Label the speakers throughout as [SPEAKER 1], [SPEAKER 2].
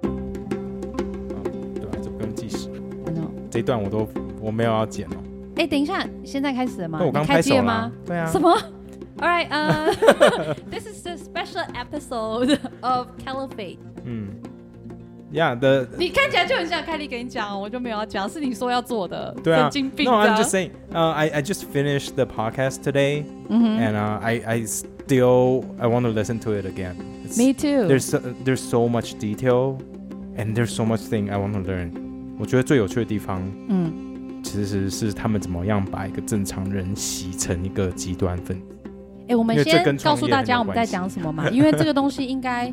[SPEAKER 1] 啊这一段我都我没有要剪哦。
[SPEAKER 2] 哎，等一下，现在开始了吗？
[SPEAKER 1] 那我刚
[SPEAKER 2] 你
[SPEAKER 1] 拍
[SPEAKER 2] 开
[SPEAKER 1] 手
[SPEAKER 2] 机了
[SPEAKER 1] 了
[SPEAKER 2] 吗
[SPEAKER 1] 啊？？对啊
[SPEAKER 2] 什。么？All right, uh, this is the special episode of Caliphate。
[SPEAKER 1] 嗯。Yeah, the
[SPEAKER 2] 你看起来就很像凯莉跟你讲，我就没有要讲，是你说要做的，
[SPEAKER 1] 对啊
[SPEAKER 2] 神经病
[SPEAKER 1] no,
[SPEAKER 2] 啊
[SPEAKER 1] I'm！just saying. Uh, I I just finished the podcast today,
[SPEAKER 2] 嗯哼
[SPEAKER 1] and uh, I I still I want to listen to it again. It's-
[SPEAKER 2] ，Me too。
[SPEAKER 1] there's so, there's so much detail and there's so much thing I want to learn。我觉得最有趣的地方
[SPEAKER 2] 嗯，
[SPEAKER 1] 其实是他们怎么样把一个正常人洗成一个极端分子。
[SPEAKER 2] 哎，我们
[SPEAKER 1] 因为这
[SPEAKER 2] 先
[SPEAKER 1] 跟
[SPEAKER 2] 告
[SPEAKER 1] 创
[SPEAKER 2] 诉
[SPEAKER 1] 业
[SPEAKER 2] 大
[SPEAKER 1] 很
[SPEAKER 2] 家
[SPEAKER 1] 有
[SPEAKER 2] 我们在
[SPEAKER 1] 关系
[SPEAKER 2] 讲什么嘛，因为这个东西应该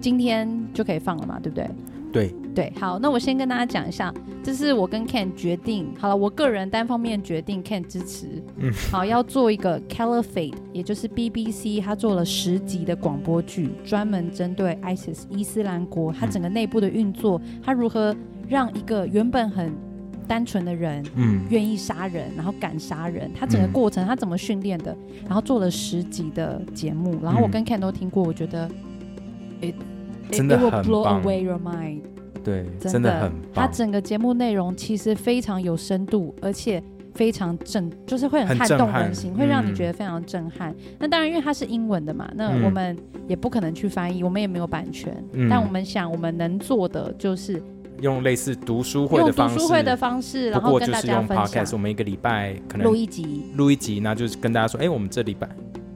[SPEAKER 2] 今天就可以放了嘛，对不对？
[SPEAKER 1] 对，
[SPEAKER 2] 对，好，那我先跟大家讲一下，这是我跟 Ken 决定，好了，我个人单方面决定 Ken 支持，
[SPEAKER 1] 嗯，
[SPEAKER 2] 好，要做一个 Caliphate，也就是 BBC，他做了十集的广播剧，专门针对 ISIS 伊斯兰国，它整个内部的运作，它如何让一个原本很单纯的人
[SPEAKER 1] 嗯，
[SPEAKER 2] 愿意杀人，然后敢杀人，他整个
[SPEAKER 1] 嗯
[SPEAKER 2] 过程他怎么训练的，然后做了十集的节目，然后我
[SPEAKER 1] 嗯
[SPEAKER 2] 跟 Ken 都听过，我觉得 it it-
[SPEAKER 1] 真的
[SPEAKER 2] it will
[SPEAKER 1] 很
[SPEAKER 2] blow
[SPEAKER 1] 棒
[SPEAKER 2] away your mind。
[SPEAKER 1] 对，
[SPEAKER 2] 真
[SPEAKER 1] 真的很
[SPEAKER 2] 它
[SPEAKER 1] 棒，
[SPEAKER 2] 整个节目内容其实非常有深度，而且非常震，就是会很
[SPEAKER 1] 很
[SPEAKER 2] 撼
[SPEAKER 1] 震
[SPEAKER 2] 动
[SPEAKER 1] 撼
[SPEAKER 2] 人心，会让你
[SPEAKER 1] 嗯
[SPEAKER 2] 觉得非常震撼。那当然，因为它是英文的嘛，那
[SPEAKER 1] 嗯
[SPEAKER 2] 我们也不可能去翻译，我们也没有版权。
[SPEAKER 1] 嗯
[SPEAKER 2] 但我们想，我们能做的就是
[SPEAKER 1] 用类似读书会
[SPEAKER 2] 用
[SPEAKER 1] 的
[SPEAKER 2] 读
[SPEAKER 1] 方式，
[SPEAKER 2] 书会的方式，
[SPEAKER 1] 不
[SPEAKER 2] 然后
[SPEAKER 1] 过
[SPEAKER 2] 跟
[SPEAKER 1] 就
[SPEAKER 2] 大
[SPEAKER 1] 是
[SPEAKER 2] 家
[SPEAKER 1] 用
[SPEAKER 2] 分
[SPEAKER 1] podcast，我
[SPEAKER 2] 享
[SPEAKER 1] 们一个礼拜可
[SPEAKER 2] 录
[SPEAKER 1] 能
[SPEAKER 2] 一集，
[SPEAKER 1] 录一集，那就是跟大家说，哎，我们这礼拜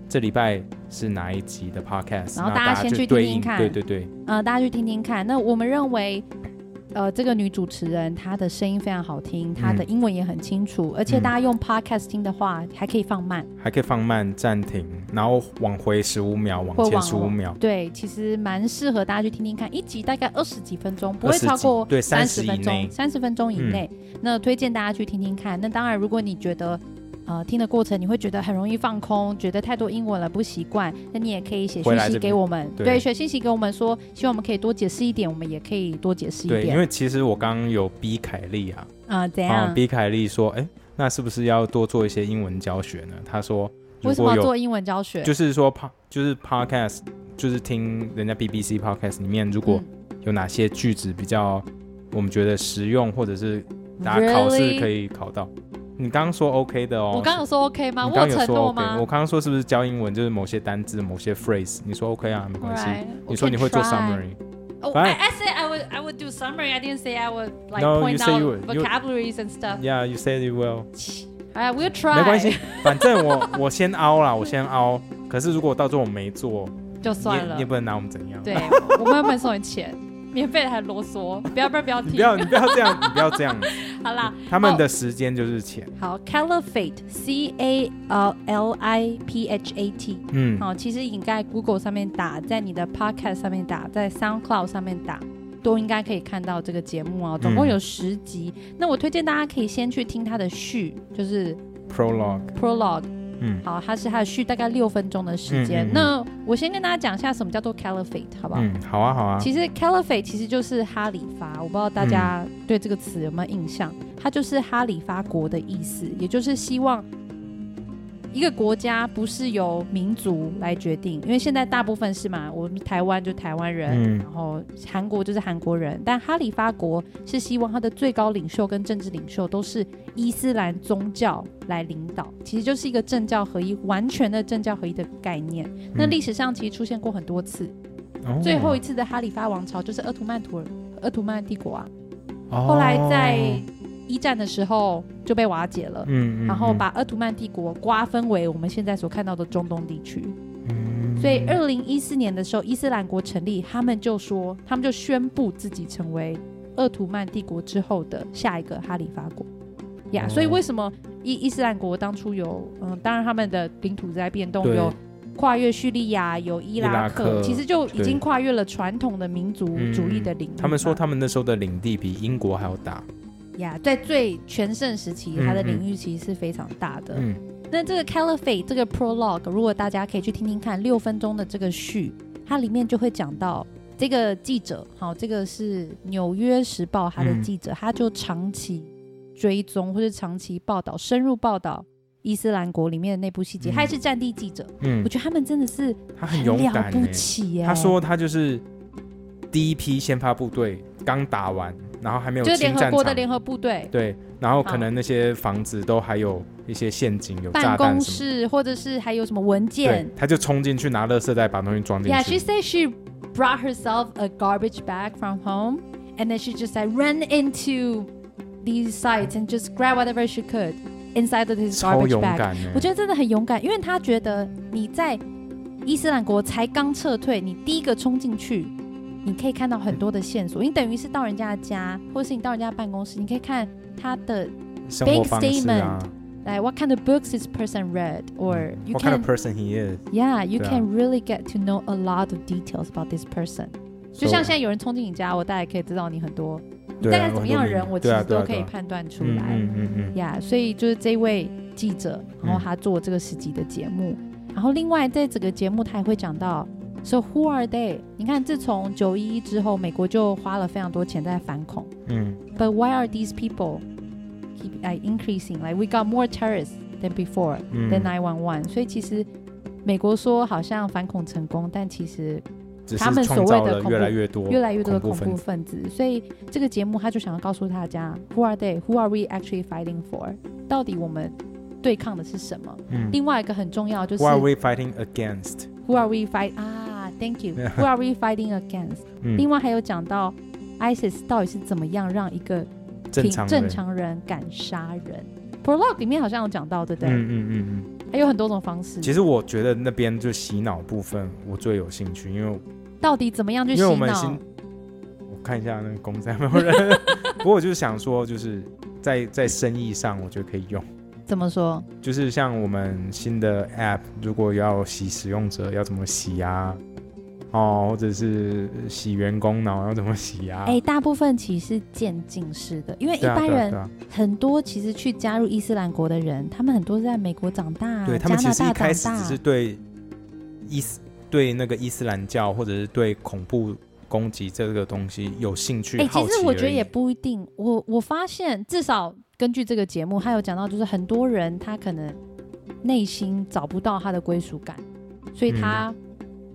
[SPEAKER 1] 这礼拜是哪一集的 podcast，
[SPEAKER 2] 然后
[SPEAKER 1] 那
[SPEAKER 2] 大家
[SPEAKER 1] 大
[SPEAKER 2] 先
[SPEAKER 1] 就
[SPEAKER 2] 去
[SPEAKER 1] 对
[SPEAKER 2] 听听
[SPEAKER 1] 应
[SPEAKER 2] 看
[SPEAKER 1] 对对对，
[SPEAKER 2] 呃，大家去听听看。那我们认为。呃，这个女主持人她的声音非常好听，她的英文也很清楚，而且
[SPEAKER 1] 嗯
[SPEAKER 2] 大家用 podcast 听的话，还可以放慢。
[SPEAKER 1] 还可以放慢暂停，然后往回十五秒，
[SPEAKER 2] 或
[SPEAKER 1] 往前
[SPEAKER 2] 网
[SPEAKER 1] 十五秒，
[SPEAKER 2] 对，其实蛮适合大家去听听看，一集大概二十几分钟，不会
[SPEAKER 1] 20
[SPEAKER 2] 超过
[SPEAKER 1] 集对
[SPEAKER 2] 三
[SPEAKER 1] 30
[SPEAKER 2] 分
[SPEAKER 1] 以
[SPEAKER 2] 钟，
[SPEAKER 1] 内嗯
[SPEAKER 2] 三十分钟以内。那推荐大家去听听看。那当然，如果你觉得呃听的过程你会觉得很容易放空，觉得太多英文了不习惯，那你也可以写
[SPEAKER 1] 回
[SPEAKER 2] 信
[SPEAKER 1] 来
[SPEAKER 2] 息
[SPEAKER 1] 这
[SPEAKER 2] 给
[SPEAKER 1] 边
[SPEAKER 2] 我们，
[SPEAKER 1] 对
[SPEAKER 2] 对，写信息给我们说，希望我们可以多解释一点，我们也可以多解释一
[SPEAKER 1] 对，因
[SPEAKER 2] 点。
[SPEAKER 1] 为其实我刚刚有逼凯莉啊，
[SPEAKER 2] 啊，怎
[SPEAKER 1] 啊、
[SPEAKER 2] 样？
[SPEAKER 1] 逼凯莉说，哎，那是不是要多做一些英文教学呢？她说，
[SPEAKER 2] 为
[SPEAKER 1] 如
[SPEAKER 2] 什么
[SPEAKER 1] 果
[SPEAKER 2] 要
[SPEAKER 1] 有
[SPEAKER 2] 做英文教学？
[SPEAKER 1] 就是说 po 就是 podcast，就是听人家 BBC podcast 里面，如果
[SPEAKER 2] 嗯
[SPEAKER 1] 有哪些句子比较我们觉得实用，或者是大家考试可
[SPEAKER 2] 以。
[SPEAKER 1] 以考到。你刚刚说 OK 的哦，
[SPEAKER 2] 我刚刚有说 OK 吗？
[SPEAKER 1] 你
[SPEAKER 2] 我
[SPEAKER 1] 刚刚
[SPEAKER 2] 有
[SPEAKER 1] 有
[SPEAKER 2] 承
[SPEAKER 1] 说
[SPEAKER 2] 诺
[SPEAKER 1] OK，
[SPEAKER 2] 吗
[SPEAKER 1] 我刚刚说是不是教英文就是某些单字、某些 phrase？你说 OK 啊，没关系。
[SPEAKER 2] Alright，
[SPEAKER 1] 你
[SPEAKER 2] we
[SPEAKER 1] 说
[SPEAKER 2] can
[SPEAKER 1] 你会做
[SPEAKER 2] try
[SPEAKER 1] summary，
[SPEAKER 2] Oh,
[SPEAKER 1] Fine.
[SPEAKER 2] I, I said I would I would do summary. I didn't say I would like
[SPEAKER 1] No, you
[SPEAKER 2] point
[SPEAKER 1] said
[SPEAKER 2] out
[SPEAKER 1] you would. You-
[SPEAKER 2] vocabularies and stuff.
[SPEAKER 1] Yeah, you said you will.
[SPEAKER 2] All right, we'll try.
[SPEAKER 1] 没关系，反正我我先凹啦，我先凹。可是如果到最后我没做，
[SPEAKER 2] 就
[SPEAKER 1] 你也
[SPEAKER 2] 算了
[SPEAKER 1] 你也。不能拿我们怎样。
[SPEAKER 2] 对，我们又没收你钱，免费的还啰嗦， 不要不要不要
[SPEAKER 1] 你
[SPEAKER 2] 听
[SPEAKER 1] 不。要你不要这样，你不要 这样。
[SPEAKER 2] 好啦，
[SPEAKER 1] 他们的时间就是钱。
[SPEAKER 2] 好，Caliphate C A L L I P H A T。
[SPEAKER 1] 嗯，
[SPEAKER 2] 好，其实你在 Google 上面打，在你的 Podcast 上面打，在 SoundCloud 上面打，都应该可以看到这个节目哦。总共
[SPEAKER 1] 嗯
[SPEAKER 2] 有十集，那我推荐大家可以先去听它的序，就是
[SPEAKER 1] prologue，
[SPEAKER 2] Prologue。
[SPEAKER 1] 嗯
[SPEAKER 2] 好，它是它的序，大概六分钟的时间。
[SPEAKER 1] 嗯嗯嗯
[SPEAKER 2] 那我先跟大家讲一下什么叫做 caliphate，好不好？
[SPEAKER 1] 嗯，好啊好啊，
[SPEAKER 2] 其实 caliphate 其实就是哈里发，我不知道大家对这个词有没有印象？它就是哈里发国的意思，也就是希望一个国家不是由民族来决定，因为现在大部分是嘛，我们台湾就台湾人，
[SPEAKER 1] 嗯
[SPEAKER 2] 然后韩国就是韩国人，但哈里发国是希望他的最高领袖跟政治领袖都是伊斯兰宗教来领导，其实就是一个政教合一、完全的政教合一的概念。那
[SPEAKER 1] 嗯
[SPEAKER 2] 历史上其实出现过很多次，
[SPEAKER 1] 哦
[SPEAKER 2] 最后一次的哈里发王朝就是鄂图曼土耳鄂图曼帝国啊，
[SPEAKER 1] 哦
[SPEAKER 2] 后来在一战的时候就被瓦解了。
[SPEAKER 1] 嗯，嗯
[SPEAKER 2] 然后把鄂图曼帝国瓜分为我们现在所看到的中东地区，
[SPEAKER 1] 嗯
[SPEAKER 2] 所以二零一四年的时候，伊斯兰国成立，他们就说，他们就宣布自己成为鄂图曼帝国之后的下一个哈里发国。呀、
[SPEAKER 1] 哦
[SPEAKER 2] 所以为什么伊伊斯兰国当初有，嗯，当然他们的领土在变动，
[SPEAKER 1] 对
[SPEAKER 2] 有跨越叙利亚，有伊拉克，
[SPEAKER 1] 伊拉克
[SPEAKER 2] 其实就已经
[SPEAKER 1] 对
[SPEAKER 2] 跨越了传统的民族主义的领域嘛、
[SPEAKER 1] 嗯他们说他们那时候的领地比英国还要大，
[SPEAKER 2] 呀在最全盛时期，
[SPEAKER 1] 嗯
[SPEAKER 2] 它的
[SPEAKER 1] 嗯
[SPEAKER 2] 领域其实是非常大的。
[SPEAKER 1] 嗯
[SPEAKER 2] 那这个 Caliphate 这个 Prologue，如果大家可以去听听看，六分钟的这个序，它里面就会讲到这个记者，好，这个是《纽约时报》他的
[SPEAKER 1] 嗯
[SPEAKER 2] 记者，他就长期追踪或者长期报道、深入报道伊斯兰国里面的内部细节。
[SPEAKER 1] 嗯
[SPEAKER 2] 他也是战地记者，我
[SPEAKER 1] 嗯，
[SPEAKER 2] 觉得他们真的是
[SPEAKER 1] 他很勇
[SPEAKER 2] 了
[SPEAKER 1] 敢
[SPEAKER 2] 不
[SPEAKER 1] 欸
[SPEAKER 2] 起耶、
[SPEAKER 1] 他说他就是第一批先发部队刚打完，然后还没有
[SPEAKER 2] 就是
[SPEAKER 1] 清
[SPEAKER 2] 联合
[SPEAKER 1] 战
[SPEAKER 2] 国的
[SPEAKER 1] 场
[SPEAKER 2] 联合部队、
[SPEAKER 1] 对，然后可
[SPEAKER 2] 好
[SPEAKER 1] 能那些房子都还有一些陷阱，有炸
[SPEAKER 2] 办
[SPEAKER 1] 弹
[SPEAKER 2] 公
[SPEAKER 1] 什么
[SPEAKER 2] 室，或者是还有什么文
[SPEAKER 1] 的。对
[SPEAKER 2] 件。，
[SPEAKER 1] 他就冲进去拿垃圾袋把东西装进
[SPEAKER 2] Yeah,
[SPEAKER 1] 去。
[SPEAKER 2] she said she brought herself a garbage bag from home, and then she just like ran into these sites and just grabbed whatever she could inside of this
[SPEAKER 1] 超
[SPEAKER 2] garbage
[SPEAKER 1] 勇
[SPEAKER 2] bag.
[SPEAKER 1] 敢欸呢、
[SPEAKER 2] 我觉得真的很勇敢，因为他觉得你在伊斯兰国才刚撤退，你第一个冲进去，你可以看到很多的线索。你等于是到人家的家，或者是你到人家的办公室，你可以看他的
[SPEAKER 1] 生活
[SPEAKER 2] bank
[SPEAKER 1] 方式啊，
[SPEAKER 2] like what kind of books this person read, or you
[SPEAKER 1] what kind
[SPEAKER 2] can
[SPEAKER 1] of person he is？
[SPEAKER 2] yeah you
[SPEAKER 1] 对啊
[SPEAKER 2] can really get to know a lot of details about this person. 就
[SPEAKER 1] So-
[SPEAKER 2] 像现在有人冲进你家，我大概可以知道你很多，你
[SPEAKER 1] 对啊
[SPEAKER 2] 大概怎么样的人，我其
[SPEAKER 1] 对啊
[SPEAKER 2] 实
[SPEAKER 1] 对啊
[SPEAKER 2] 都可
[SPEAKER 1] 对
[SPEAKER 2] 以
[SPEAKER 1] 啊
[SPEAKER 2] 判断出
[SPEAKER 1] 嗯
[SPEAKER 2] 来。
[SPEAKER 1] 嗯嗯嗯，
[SPEAKER 2] 呀所以就是这位记者，然后
[SPEAKER 1] 嗯
[SPEAKER 2] 他做这个十集的节目，然后另外在整个节目他也会讲到，So who are they？你看，自从九一一之后，美国就花了非常多钱在反恐
[SPEAKER 1] 嗯
[SPEAKER 2] ，But why are these people keep like increasing? Like we got more terrorists than before
[SPEAKER 1] 嗯
[SPEAKER 2] than 911，、所以其实美国说好像反恐成功，但其实
[SPEAKER 1] 只是
[SPEAKER 2] 他们所
[SPEAKER 1] 创造
[SPEAKER 2] 谓的
[SPEAKER 1] 了
[SPEAKER 2] 恐
[SPEAKER 1] 越
[SPEAKER 2] 怖
[SPEAKER 1] 来越多
[SPEAKER 2] 越来越多的恐
[SPEAKER 1] 分
[SPEAKER 2] 怖
[SPEAKER 1] 子。
[SPEAKER 2] 分子，所以这个节目他就想要告诉大家，Who are they? Who are we actually fighting for? 到底我们对抗的是什么？
[SPEAKER 1] 嗯
[SPEAKER 2] 另外一个很重要就是
[SPEAKER 1] ，What are we fighting against？
[SPEAKER 2] Who are we fight 啊 ？Thank you. Who are we fighting against？另
[SPEAKER 1] 嗯，
[SPEAKER 2] 外还有讲到 ISIS 到底是怎么样让一个
[SPEAKER 1] 嗯正常
[SPEAKER 2] 正
[SPEAKER 1] 人。
[SPEAKER 2] 常人敢杀人？Prolog 里面好像有讲到，对不对？
[SPEAKER 1] 嗯嗯嗯嗯。
[SPEAKER 2] 还有很多种方式，
[SPEAKER 1] 其实我觉得那边就洗脑部分我最有兴趣，因为
[SPEAKER 2] 到底怎么样去
[SPEAKER 1] 因为我
[SPEAKER 2] 洗
[SPEAKER 1] 们
[SPEAKER 2] 脑
[SPEAKER 1] 新？，我看一下那个公仔有没有 人。不过我就是想说，就是在在生意上，我觉得可以用。
[SPEAKER 2] 怎么说？
[SPEAKER 1] 就是像我们新的 App，如果要洗使用者，要怎么洗啊？哦，或者是洗员工脑要怎么洗啊？
[SPEAKER 2] 哎、大部分其实是渐进式的，因为一
[SPEAKER 1] 对啊，
[SPEAKER 2] 般
[SPEAKER 1] 对啊，
[SPEAKER 2] 人
[SPEAKER 1] 对啊，
[SPEAKER 2] 很多其实去加入伊斯兰国的人，他们很多是在美国长大、啊，
[SPEAKER 1] 对他们其
[SPEAKER 2] 加拿
[SPEAKER 1] 实一
[SPEAKER 2] 大
[SPEAKER 1] 开始
[SPEAKER 2] 长
[SPEAKER 1] 只
[SPEAKER 2] 大
[SPEAKER 1] 是，对伊斯对那个伊斯兰教或者是对恐怖攻击这个东西有兴趣，
[SPEAKER 2] 哎、
[SPEAKER 1] 好
[SPEAKER 2] 其
[SPEAKER 1] 奇
[SPEAKER 2] 实我
[SPEAKER 1] 而
[SPEAKER 2] 觉得
[SPEAKER 1] 已
[SPEAKER 2] 也不一定。我我发现，至少根据这个节目，他有讲到，就是很多人他可能内心找不到他的归属感，所以
[SPEAKER 1] 嗯
[SPEAKER 2] 他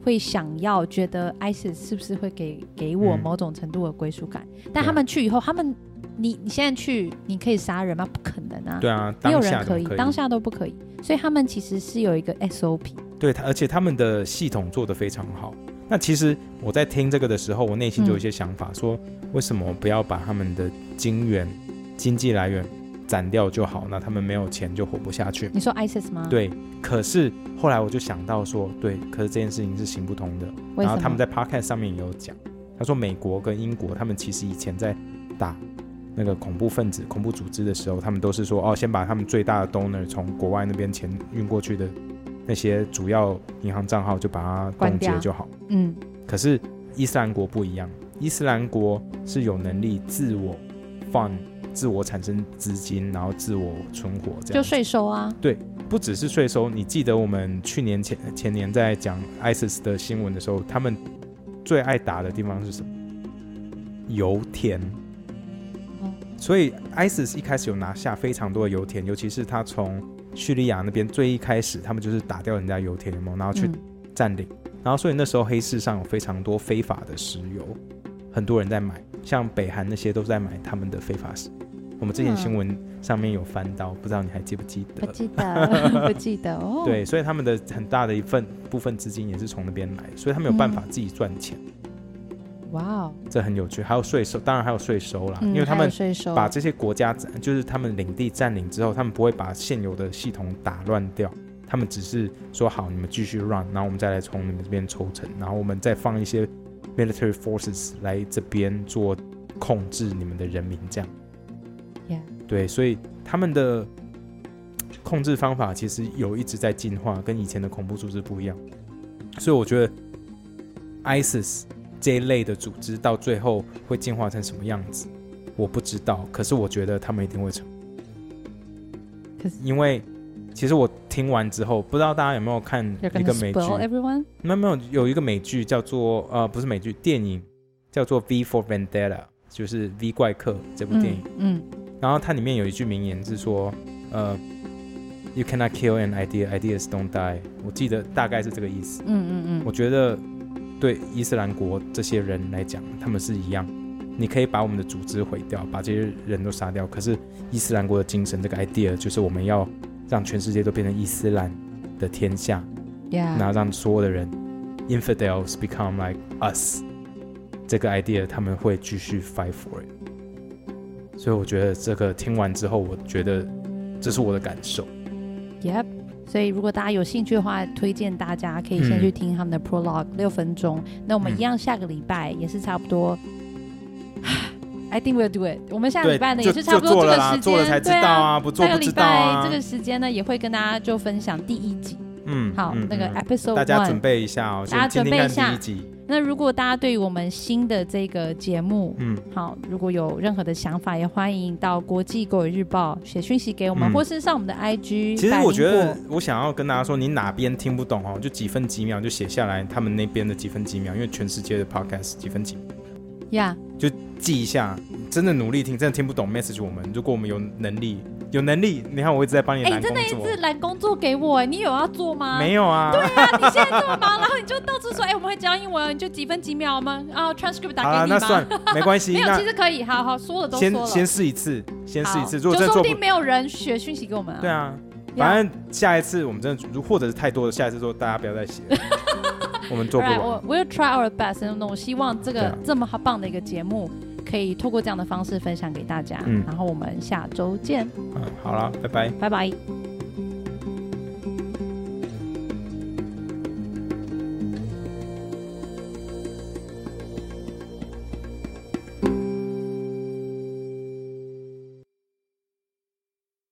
[SPEAKER 2] 会想要觉得 ISIS 是不是会给给我
[SPEAKER 1] 嗯
[SPEAKER 2] 某种程度的归属感？但
[SPEAKER 1] 对啊
[SPEAKER 2] 他们去以后，他们你你现在去，你可以杀人吗？不可能啊！
[SPEAKER 1] 对啊，
[SPEAKER 2] 没有
[SPEAKER 1] 当
[SPEAKER 2] 人
[SPEAKER 1] 下怎
[SPEAKER 2] 可
[SPEAKER 1] 么
[SPEAKER 2] 以，
[SPEAKER 1] 可以
[SPEAKER 2] 当下都不可以，所以他们其实是有一个 SOP。
[SPEAKER 1] 对，他而且他们的系统做得非常好。那其实我在听这个的时候，我内心就有一些想法，说为什么不要把他们的金源、经济来源斩掉就好？那他们没有钱就活不下去。
[SPEAKER 2] 你说 ISIS 吗？，
[SPEAKER 1] 对，可是后来我就想到说，对，可是这件事情是行不通的。
[SPEAKER 2] 为
[SPEAKER 1] 然
[SPEAKER 2] 什
[SPEAKER 1] 后
[SPEAKER 2] 么？
[SPEAKER 1] 他们在 podcast 上面也有讲，他说美国跟英国他们其实以前在打那个恐怖分子、恐怖组织的时候，他们都是说哦，先把他们最大的 donor 从国外那边钱运过去的那些主要银行账号就把它冻
[SPEAKER 2] 关
[SPEAKER 1] 结
[SPEAKER 2] 掉
[SPEAKER 1] 就好。
[SPEAKER 2] 嗯，
[SPEAKER 1] 可是伊斯兰国不一样，伊斯兰国是有能力自我 fund、自我产生资金，然后自我存活这
[SPEAKER 2] 就
[SPEAKER 1] 样。
[SPEAKER 2] 税收啊，
[SPEAKER 1] 不只是税收，你记得我们去年前前年在讲 ISIS 的新闻的时候，他们最爱打的地方是什么？油田
[SPEAKER 2] 哦。
[SPEAKER 1] 所以 ISIS 一开始有拿下非常多的油田，尤其是他从叙利亚那边最一开始，他们就是打掉人家油田，有没有然后去
[SPEAKER 2] 嗯
[SPEAKER 1] 占领。然后所以那时候黑市上有非常多非法的石油，很多人在买，像北韩那些都在买他们的非法石。我们之前
[SPEAKER 2] 嗯
[SPEAKER 1] 新闻上面有翻到，不知道你还记不记得？
[SPEAKER 2] 不记 得，不记得哦。，
[SPEAKER 1] 对，所以他们的很大的一份部分资金也是从那边来，所以他们有办法
[SPEAKER 2] 嗯
[SPEAKER 1] 自己赚钱，
[SPEAKER 2] 哇哦，
[SPEAKER 1] 这很有趣。还有税收，当然还有税收啦，
[SPEAKER 2] 嗯
[SPEAKER 1] 啊因为他
[SPEAKER 2] 还有
[SPEAKER 1] 们
[SPEAKER 2] 税收
[SPEAKER 1] 把这些国家占，就是他们领地占领之后，他们不会把现有的系统打乱掉，他们只是说好，你们继续 run，然后我们再来从你们这边抽成，然后我们再放一些 military forces 来这边做控制你们的人民，这样。
[SPEAKER 2] Yeah
[SPEAKER 1] 对，所以他们的嘖控制方法其实有一直在进化，跟以前的恐怖组织不一样。所以我觉得 ISIS 这一类的组织到最后会进化成什么样子，我不知道。可是我觉得他们一定会成
[SPEAKER 2] 可是。
[SPEAKER 1] 因为其实我听完之后，不知道大家有没有看
[SPEAKER 2] You're
[SPEAKER 1] 一
[SPEAKER 2] gonna
[SPEAKER 1] 个美剧？
[SPEAKER 2] spoil 哎 everyone.
[SPEAKER 1] 没有没有，有一个美剧叫做呃，不是美剧，电影叫做《V for Vendetta》，就是《V 怪客》这部电影。
[SPEAKER 2] 嗯，
[SPEAKER 1] 然后它里面有一句名言是说，呃，You cannot kill an idea, ideas don't die。我记得大概是这个意思
[SPEAKER 2] 嗯。嗯嗯
[SPEAKER 1] 我觉得对伊斯兰国这些人来讲，他们是一样，你可以把我们的组织毁掉，把这些人都杀掉。可是伊斯兰国的精神这个 idea 就是我们要让全世界都变成伊斯兰的天下，然
[SPEAKER 2] 呀
[SPEAKER 1] 后让所有的人 infidels become like us。这个 idea 他们会继续 fight for it。所以我觉得这个听完之后，我觉得这是我的感受。
[SPEAKER 2] Yep，所
[SPEAKER 1] 嗯
[SPEAKER 2] 以如果大家有兴趣的话，推荐大家可以先去听他
[SPEAKER 1] 嗯
[SPEAKER 2] 们的 prologue 六分钟。那我们一样下个礼拜也是差不多。I think we'll do it。我们下个
[SPEAKER 1] 对，
[SPEAKER 2] 礼拜呢
[SPEAKER 1] 就
[SPEAKER 2] 也是差不多
[SPEAKER 1] 就做
[SPEAKER 2] 这
[SPEAKER 1] 了
[SPEAKER 2] 个
[SPEAKER 1] 啦
[SPEAKER 2] 时间，
[SPEAKER 1] 做了才知
[SPEAKER 2] 对
[SPEAKER 1] 道
[SPEAKER 2] 啊。
[SPEAKER 1] 不做
[SPEAKER 2] 下个
[SPEAKER 1] 不
[SPEAKER 2] 礼
[SPEAKER 1] 知道啊
[SPEAKER 2] 拜。这个时间呢，也会跟大家就分享第一集。
[SPEAKER 1] 嗯，
[SPEAKER 2] 好，
[SPEAKER 1] 嗯
[SPEAKER 2] 那个
[SPEAKER 1] 嗯
[SPEAKER 2] episode
[SPEAKER 1] 大家准
[SPEAKER 2] one。
[SPEAKER 1] 备一下哦，
[SPEAKER 2] 大家
[SPEAKER 1] 先听
[SPEAKER 2] 准
[SPEAKER 1] 听
[SPEAKER 2] 备一
[SPEAKER 1] 看
[SPEAKER 2] 下
[SPEAKER 1] 第一集。
[SPEAKER 2] 那如果大家对于我们新的这个节目，
[SPEAKER 1] 嗯，
[SPEAKER 2] 好，如果有任何的想法，也欢迎到国际狗语日报写讯息给我们，
[SPEAKER 1] 嗯
[SPEAKER 2] 或是上我们的 IG。
[SPEAKER 1] 其实我觉得，我想要跟大家说，你哪边听不懂哦，就几分几秒就写下来，他们那边的几分几秒，因为全世界的 podcast 几分几秒
[SPEAKER 2] 呀
[SPEAKER 1] 记一下，真的努力听，真的听不懂 message 我们。如果我们有能力，有能力，你看我一直在帮你
[SPEAKER 2] Yeah，哎，
[SPEAKER 1] 拦
[SPEAKER 2] 你
[SPEAKER 1] 工
[SPEAKER 2] 真的一
[SPEAKER 1] 作，
[SPEAKER 2] 直揽工作给我，哎你有要做吗？
[SPEAKER 1] 没有啊？
[SPEAKER 2] 你现在这么忙，然后你就到处说，哎、我们会教英文，你就几分几秒吗？啊，transcript
[SPEAKER 1] 好啦
[SPEAKER 2] 打给
[SPEAKER 1] 那
[SPEAKER 2] 你吗
[SPEAKER 1] 算？没关系，
[SPEAKER 2] 没有，
[SPEAKER 1] 那
[SPEAKER 2] 其实可以，好好说了都说
[SPEAKER 1] 先
[SPEAKER 2] 了，
[SPEAKER 1] 先试一次，先试一次。
[SPEAKER 2] 好
[SPEAKER 1] 如果真
[SPEAKER 2] 就
[SPEAKER 1] 的
[SPEAKER 2] 说
[SPEAKER 1] 做
[SPEAKER 2] 不
[SPEAKER 1] 不
[SPEAKER 2] 定没有人学讯息给我们啊。
[SPEAKER 1] 对啊，反正下一次我们真的，如或者是太多了，下一次说大家不要再写 了，我们做不
[SPEAKER 2] Right，
[SPEAKER 1] 完
[SPEAKER 2] 哎我。we'll try our best，那我希望这个、
[SPEAKER 1] 对啊
[SPEAKER 2] 这么好棒的一个节目，可以透过这样的方式分享给大家。
[SPEAKER 1] 嗯
[SPEAKER 2] 然后我们下周见，
[SPEAKER 1] 嗯，好了，拜拜。
[SPEAKER 2] 拜拜。